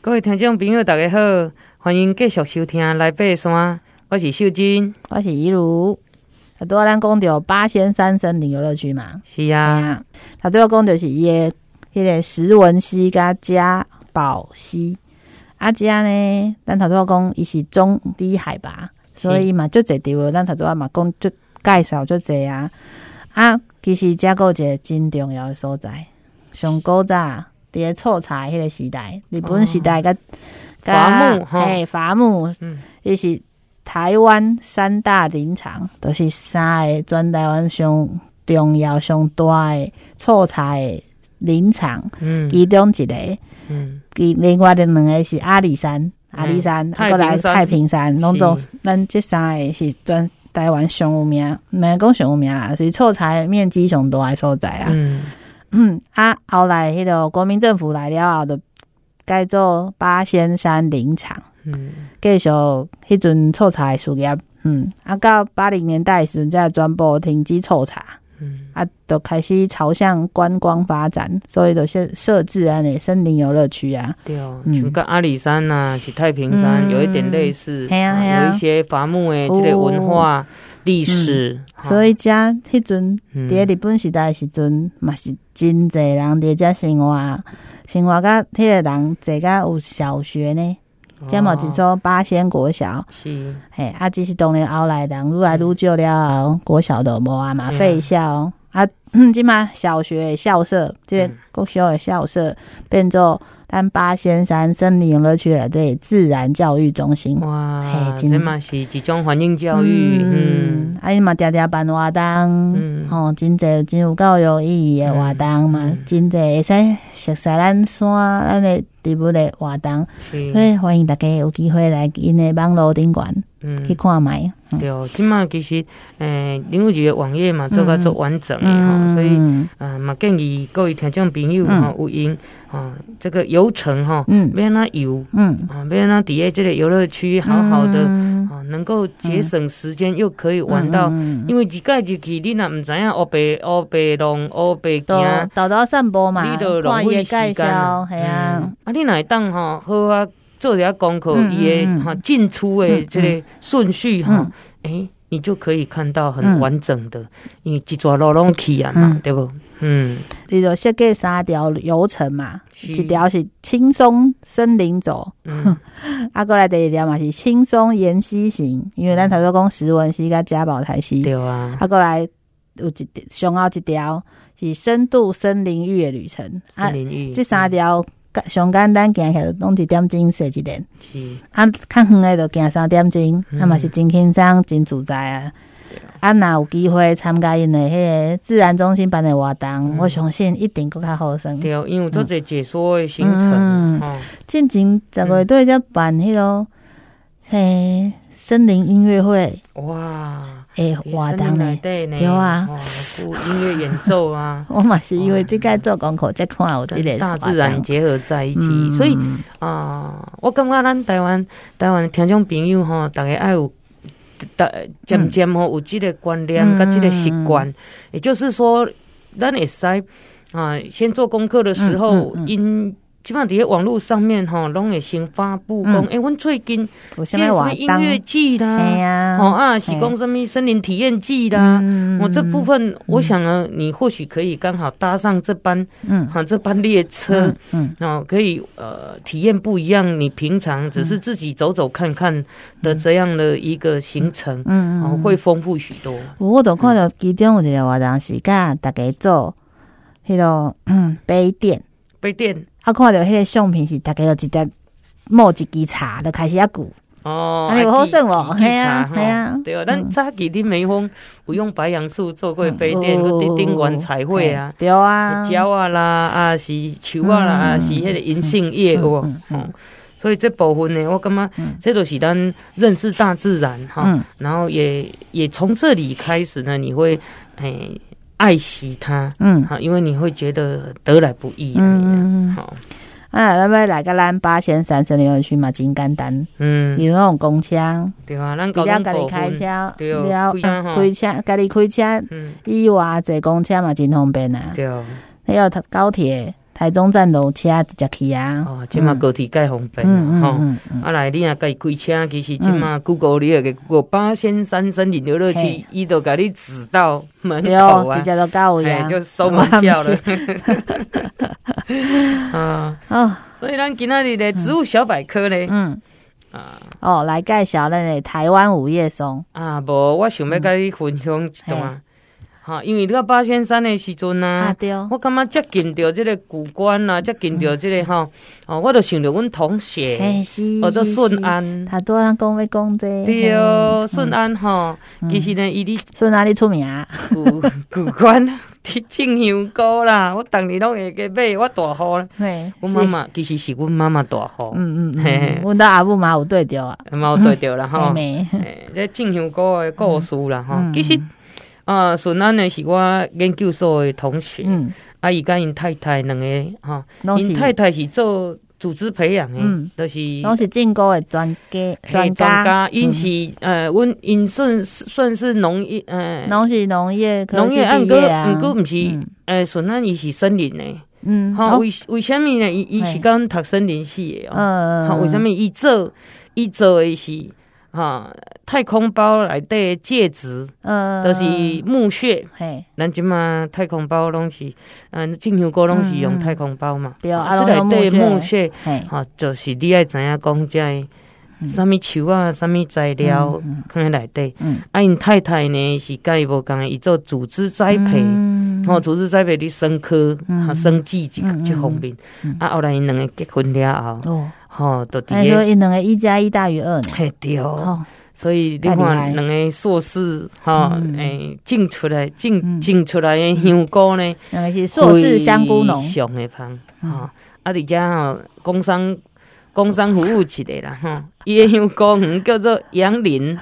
各位听众朋友，大家好，欢迎继续收听《来爬山》，我是秀珍。我是怡如。啊，拄仔咱讲着八仙山森林游乐区嘛，是啊，啊，头拄仔讲着是伊诶迄个石文溪甲嘉宝溪。啊，嘉呢，咱头拄仔讲伊是中低海拔，所以嘛，足侪地方咱头拄仔嘛讲足介绍足侪啊。啊，其实遮有一个真重要诶所在，上古早伫咧错柴迄个时代，日本时代甲嗯伐木吼嘿，伐木嗯，伊是台湾三大林场，就是三个全台湾上重要上大的错菜的林场，嗯其中一个，嗯，其另外的两个是阿里山、阿里山，太啊，过来平山太平山，拢总是咱这三个是全台湾上有名，毋是讲上有名啦，是错菜面积上大的所在啦。嗯，嗯，啊，后来迄个国民政府来了后，就改做八仙山林场。嗯，继续迄阵臭茶的事业，嗯，啊，到八零年代的时阵才全部停止臭茶，嗯，啊，就开始朝向观光发展，所以就设设置安尼森林游乐区啊，对，哦，嗯像跟阿里山呐、是太平山、嗯有一点类似，嘿啊嘿啊有一些伐木的这个文化历史，哈嗯所以遮迄阵嗯伫日本时代的时阵，嘛是真侪人伫遮生活，啊生活甲迄个人坐甲有小学呢，遮嘛有一哦所八仙国小，是，嘿，啊，只是当然后来人愈来愈少了后，国小都无啊嘛，嗯废校啊，即嘛小学的校舍，即、个嗯国小的校舍变做咱八仙山森林游乐区内底的自然教育中心。哇，嘿真这嘛是一种环境教育，嗯，啊，伊嘛定定办活动，嗯，吼、真侪真有教育意义的活动嘛嗯，真侪会使熟悉咱山咱的植物的活动，是所，以欢迎大家有机会来因的网络顶悬嗯去看卖。嗯对，即马其实，诶、林务局的网页嘛做较足完整的吼、所以，嗯啊，嘛建议各位听众朋友吼、嗯有闲吼、这个游程吼、嗯要安怎游嗯，啊，要安怎伫诶即个游乐区好好的、嗯啊，能够节省时间，又可以玩到，嗯嗯嗯因为一届入去，你若毋知影乌白乌白弄乌白都行，豆豆散步嘛，啊你就浪看伊费的时介间绍，系啊嗯，啊，你若会当吼好啊，做一下功课，嗯嗯伊诶嗯哈进出的即个顺序吼。嗯，诶、你就可以看到很嗯完整的，因为一撮路拢去啊嘛，嗯对不？嗯，你就设计三条游程嘛，是一条是轻松森林走，嗯 啊，过来第二条嘛是轻松沿溪行，因为咱头先讲石文溪甲嘉宝台溪，对啊，啊，过来有一条上后一条是深度森林浴的旅程，啊森，林浴，这三条上简单行起来就拢一点钟说一点。嗯是，啊，较远诶，就行三点钟，嗯啊嘛是真轻松、真自在啊。啊，若有机会参加因诶迄个自然中心办诶活动，我相信一定更较好耍。嗯对，哦因为做者解说的行程，嗯哦，进前十月底才办迄咯，嘿，森林音乐会哇，诶活动内呢。底呢，对啊。哦，有音乐演奏啊 我嘛是因为即个做功课才看有即个嗯大自然结合在一一起，所以啊、我感觉咱台湾台湾的听众朋友吼，大家爱有，大渐渐吼有这个观念嗯跟这个习惯，也就是说，咱会使啊，先做功课的时候嗯嗯，嗯因基本上在网络上面吼，拢会先发布讲，嗯诶、阮最近有这啥个什物活么音乐动？季哎啦，呀，吼啊，是讲什么森林体验季啦。嗯我、这部分，我想呢，你或许可以刚好搭上这班，嗯哈、这班列车，嗯嗯哦，可以呃体验不一样，你平常只是嗯自己走走看看的这样的一个行程，嗯，哦，会丰富许多。我都看到嗯其中有一个活动是甲大家做迄落 嗯杯垫，杯垫啊，看到迄个相片是大家有一只摸一支茶就开始啊鼓，哦，安尼哎有好耍无？系嘿啊嘿啊，对啊，咱早期的梅峰有用白杨树做过杯垫，嗯搁有顶顶管彩绘啊嘿。对啊，鸟啊啦，啊是树啊啦，嗯啊是迄个银杏叶有无？哦，所以这部分呢，我感觉这都是咱认识大自然哈嗯，然后也也从这里开始呢，你会诶爱惜它嗯哈，因为你会觉得得来不易嗯啊，嗯，嗯好，啊，咱要来个咱八仙山森林游乐区嘛，真简单，嗯，有那种公车，对啊，咱除搞了种家部己开分，车，对哦了开车吼开车，家己开车嗯，以外坐公车嘛真方便啊。对啊，还有高铁，台中站有车直接去啊。哦，即马高铁介方便啦，嗯吼。嗯嗯啊来，你若家己开车，其实即马 Google 你个 Google 八仙山森林游乐区嘿，伊都甲你指到门嗯，对口哦，啊直，接就到位哎啊，，。就收门票了 啊，哦，所以咱今仔日的植物小百科咧，嗯，哎啊哦，来介绍咱的台湾五叶松，啊，无我想要嗯甲你分享一段，哈，因为你到八仙山的时阵啊啊。对哦，嗯我感觉接近到这个古关啊，接近到这个吼，哦，我就想着阮同学，嘿是，或者是哎顺，是安，他多人讲要讲这个，对哦，嘿顺，安吼，嗯其实呢，伊伫顺啊安你出名，古古关伫种香菇啦，我逐年拢会去买，我大户啦。嘿，阮妈是，妈其实是阮妈妈大户，嗯嗯嘿嗯嘿，阮到阿母嘛有对着啊，嘛有对着啦妹吼。妹， 诶，这种香菇的故事啦吼，嗯其实啊，顺安呢是我研究所的同学，嗯，啊，伊甲因太太两个吼，拢因是，太太是做组织培养的嗯，就是拢是进口的专家，嗯嘿专家，家，因是呃，阮因算算是农业呃。拢是农业科农系业按毕过，业啊，毋过毋是嗯，诶，顺安伊是森林诶，嗯，吼，哦为为什么呢？伊伊是嘿讲读森林系诶哦，嗯，吼，为什么伊做伊做诶是哈太空包内底的介质，嗯？嗯，就是木屑。嘿，咱即马太空包拢是，嗯，进香菇拢是嗯用嗯太空包嘛，对啊这拢用内底的木木屑，嘿，吼，就是你爱知影讲遮诶，啥物树啊，啥物材料嗯放喺内底。嗯，啊，因太太呢是甲伊无共，伊做组织栽培，嗯吼、组织栽培伫生科、嗯哈生计即嗯嗯即方面嗯。啊，后来因两个结婚了后，哦，吼，就那伫说个。一两个一加一大于二呢，嘿对，哦，所以你太厉害看两个硕士哈嗯，诶，种出来种嗯种出来的香菇呢，两个是硕士香菇农嗯非，常的芳哈。啊，伫遮吼工商工商服务一个啦吼，伊的香菇园叫做杨 林，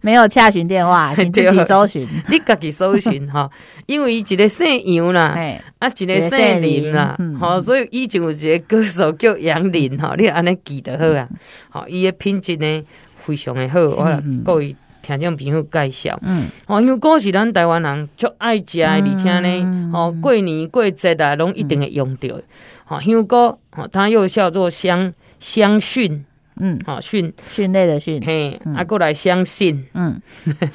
没有洽询电 话，请自己搜寻，你家己搜寻哈，因为伊一个姓杨啦，哎，啊，一个姓林啦一个姓林，嗯吼、所以以前有一个歌手叫杨林，吼、你安尼记得好啊，吼、伊的品质呢非常的好，我来嗯各位听众朋友介绍，嗯，吼、因为果是咱台湾人足爱食的，而且呢，嗯吼、过年过节啊，拢一定会用到的，吼、香菇，吼、它又叫做香香蕈，嗯，吼、蕈，训类的训，嘿，嗯啊，过来相信，嗯，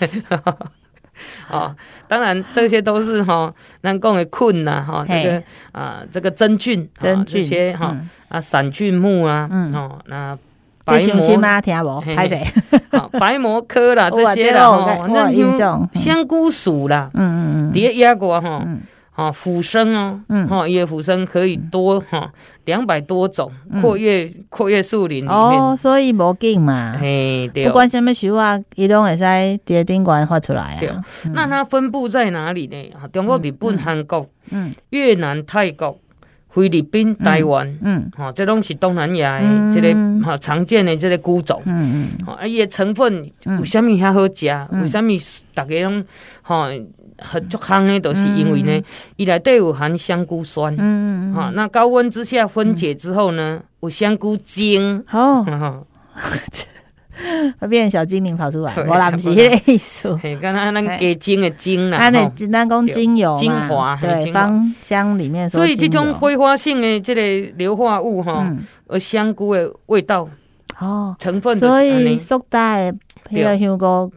哦，当然这些都是哈、咱讲的菌呐、哈、嘿这个啊、这个真菌、啊真这菌，些哈、嗯啊散菌目啊，嗯哦那这白熊亲膜妈听无，嘿拍谁？啊白膜科 啦这我些啦个哦我哈，我有印香象，嗯香菇属啦，嗯嗯嗯，蝶压过哈嗯。啊，腐生哦，嗯哈，叶腐生可以多哈，两百多种，嗯阔叶阔叶树林里面，哦，所以无劲嘛，嘿，对哦不，管什么树啊，伊拢会使伫顶悬发出来对啊。那它分布在哪里呢？啊，中国、日本、韩国、嗯越南、泰国、菲律宾、台湾，嗯吼、这拢是东南亚嗯的这个哈、吼常见的这个菇种。嗯嗯，吼、啊，伊的成分嗯有啥物遐好食？嗯有啥物大家拢吼很足香的，都是因为呢，伊内底有含香菇酸。哈、嗯嗯，那高温之下分解之后呢，有香菇精。好，哈、吼会变成小精灵跑出 来，对无啦，差不毋多是迄个意思。哦嘿，敢若咱嘿鸡精的精啦，哦啊，吼、那简单讲精油嘛精华嘿对，精华芳香里面说所精以油，这种挥发性的这个硫化物哦哈、嗯，而香菇的味道哦，成分嗯就是所安以尼。塑袋的迄个香菇，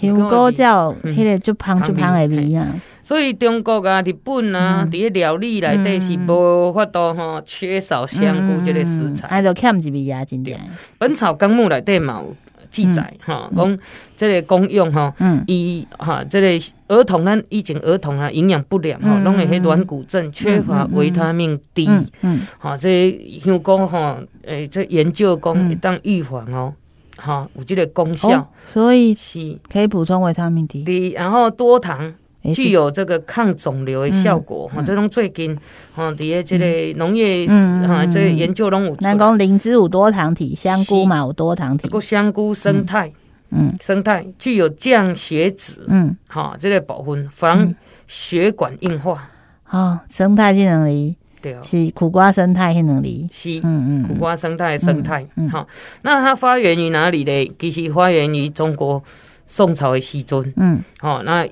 香香菇菇的味叫嗯迄个就香就香的味啊，所以中国啊、日本啊，嗯伫咧料理内底是无法度吼缺少香菇这个食材。哎，就欠一味啊，真正对，本草纲目》内底嘛有记载吼，讲这个功用吼，嗯伊哈这个儿童咱以前儿童啊营养不良吼，嗯拢会迄软骨症、缺乏维他命 D，嗯嗯，吼，这香菇吼，诶，这研究讲嗯会当预防哦，哈，有这个功哦效，所以是。可以补充维他命 D，第然后多糖。也是嗯具有这个抗肿瘤的效果，吼、这种最近，吼、伫咧这个农业，哈、嗯嗯嗯这个研究拢有出来咱讲灵芝有多糖体，香菇嘛有多糖体，个香菇生态，嗯生态具有降血脂，嗯，哈、这个保分防血管硬化，哦，生态技能力对哦，是苦瓜生态技能力，是嗯苦嗯瓜生态的生态，嗯嗯好、那它发源于哪里呢？其实发源于中国宋朝的时阵，嗯吼、那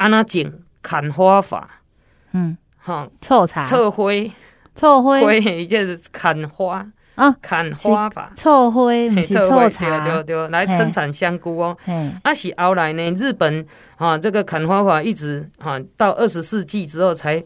安那种砍花法，嗯，哈、臭茶，撤灰，臭花花伊这是砍花啊，砍花吧，臭花 毋嘿是臭对啊对嗯茶，对，来生产香菇哦。嘿，啊，是后来呢，日本啊，这个砍花法一直啊，到二十世纪之后才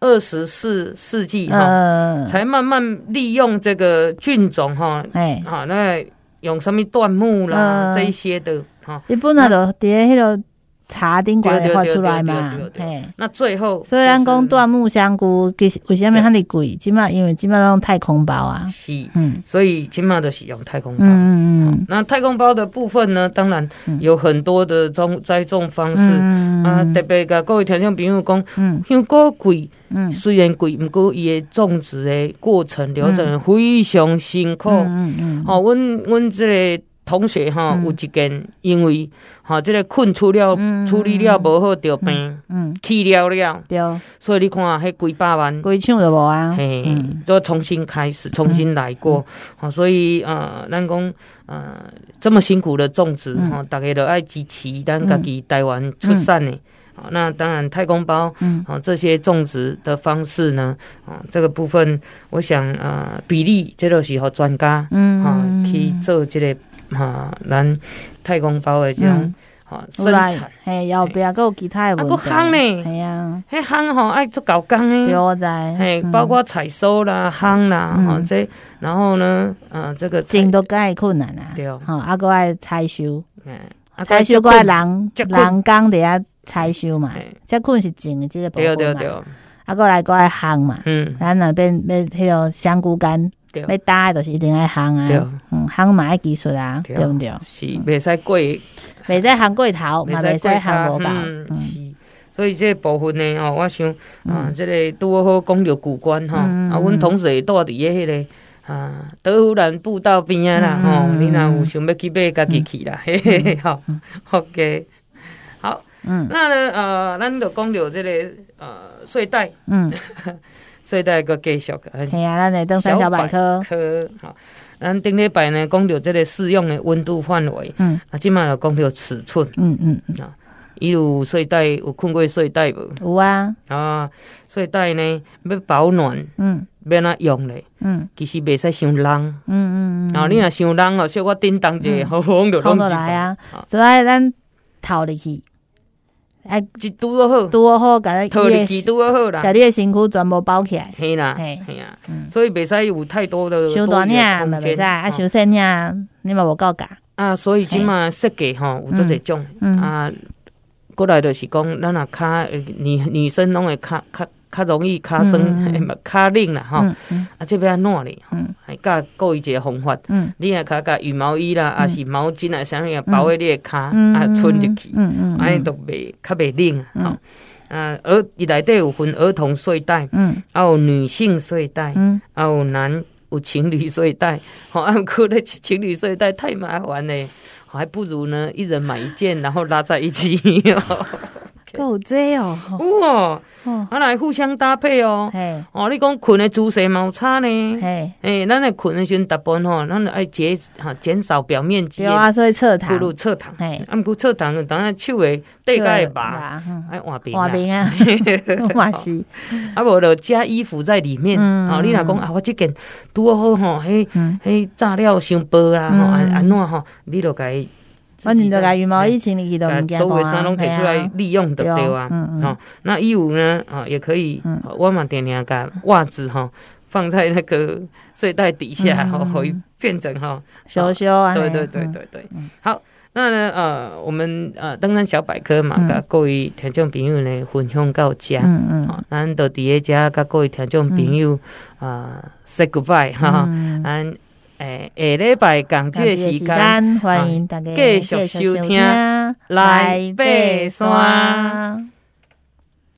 二十四世纪哈、呃，才慢慢利用这个菌种哈嘿，啊，那用什么椴木啦、嗯这一些的哈、日本那都伫咧迄个茶顶管对里对发对出来对嘛对对，对嗯嘿。那最后、所以咱讲，椴木香菇，其实为什么遐尼贵？即码因为即码拢太空包啊，是，嗯所以起码都是用太空包。嗯嗯那太空包的部分呢，当然有很多的种栽种方式、嗯啊，特别甲各位听众朋友讲，嗯香菇贵，嗯虽然贵，毋过伊的种植的过程流程非常辛苦。嗯嗯吼、阮阮即个同学吼、有一件，因为吼即、这个困出了、嗯处理了无好着病，嗯，去了了，对，所以你看迄几百万。规厂都无啊，嘿嗯，都重新开始，重新来过，好、所以呃，咱讲呃，这么辛苦的种植，嗯吼、大家都爱支持咱家己台湾出产的，好、那当然太空包，嗯好、这些种植的方式呢，啊、这个部分，我想呃，比例这都是和专家，啊，嗯，去做即、个哈咱太空包的这种嗯哈生有啦产，，嘿，后壁佫有其他的啊，问搁题，烘呢，系啊，迄烘吼爱做搞工对诶。我知，嘿，嗯包括采收啦、烘啦，嗯吼这，然后呢，呃，这个种都较会困难啊，对吼，啊佫爱采收，啊采收佫爱，人接棍人工伫遐采收嘛，嘿这困是种的即个部对对分对嘛，，啊佫来佫爱烘嘛。嗯，咱若边要迄落香菇干，对要搭的，就是一定爱烘对啊，，嗯，烘嘛爱技术啊，对对毋对？是袂使过，袂使烘过 头，袂嘛袂使使过烘无头饱，嗯，嗯是。所以这部分呢，吼，我想，啊，这个拄好讲着古关吼，嗯嗯啊，阮嗯同事住伫诶迄个啊德芙兰步道边啊啦，嗯吼，嗯你若嗯有想要去买，家己去啦，嘿嘿嘿，吼，OK，好，嗯那呢，呃，咱就讲着这个呃睡袋。嗯，所以大家继续系啊，咱来登山小百科，科好，咱顶礼拜呢讲到这个适用的温度范围，嗯啊，即卖就讲到尺寸，嗯嗯，嗯伊有睡袋有困过睡袋无？有啊，啊，睡袋呢要保暖嗯要哪用咧？嗯其实袂使伤冷，嗯嗯嗯，然后你若伤冷哦，小我叮当者，好风就烘啊拢落来一啊，所以咱头入去，哎，一拄就好，拄好甲你套入啊去的，拄就好甲啦，你的身躯全部包起来，嘿啦，嘿嘿啊，嗯所以袂使有太多的伤多大余领的空嘛袂间使，啊，哦伤细领你嘛无够价，啊，所以即马设计吼有做一种、嗯啊，过来就是讲，咱若骹呃女女生拢会较较较容易骹酸，嗯哎嘛骹冷啦吼。嗯嗯啊，这边安怎咧？嗯还教各伊一个方法，嗯你若较甲羽毛衣啦，啊是毛巾啊，啥物啊，嗯包喺你的骹、嗯，啊，穿入去，嗯嗯，安尼都袂较袂冷啊。嗯吼啊，儿伊内底有分儿童睡袋，嗯啊有女性睡袋，嗯啊有男有情侣睡袋， 吼、啊，毋过咧情侣睡袋太麻烦咧，还不如呢一人买一件，然后拉在一起。 哦够这哦，有哦，哦，啊来互相搭配哦。嘿，哦，你讲困的姿势嘛有差呢？嘿，诶、咱来困的时阵，大部分吼，咱就爱节哈减少表面积对的啊，所以侧不躺，如侧躺。嘿，啊，毋过侧躺，当然手的底甲会麻，吧，嗯爱换边换啦。 边啊，嘛是，啊，无就加衣服在里面。嗯哦，你若讲啊，我即件拄好吼，迄嗯，迄炸料伤薄啦，吼嗯安安怎吼，你就该反正就甲羽毛衣穿入去都把唔惊啊所有的衫拢摕出来利用就对啊。嗯哦，那衣服呢啊也可以，哦我嘛点点甲袜子 吼放在那个睡袋底下，嗯吼会变成哈，小小啊，嗯对对对对对，好。那呢，呃，我们呃，登山小百科嘛，嗯甲各位听众朋友呢分享到这，嗯哦，咱就伫诶遮甲各位听众朋友啊 say goodbye 哈哈。嗯，咱诶下礼拜共即个时间，啊欢迎大家继续收听，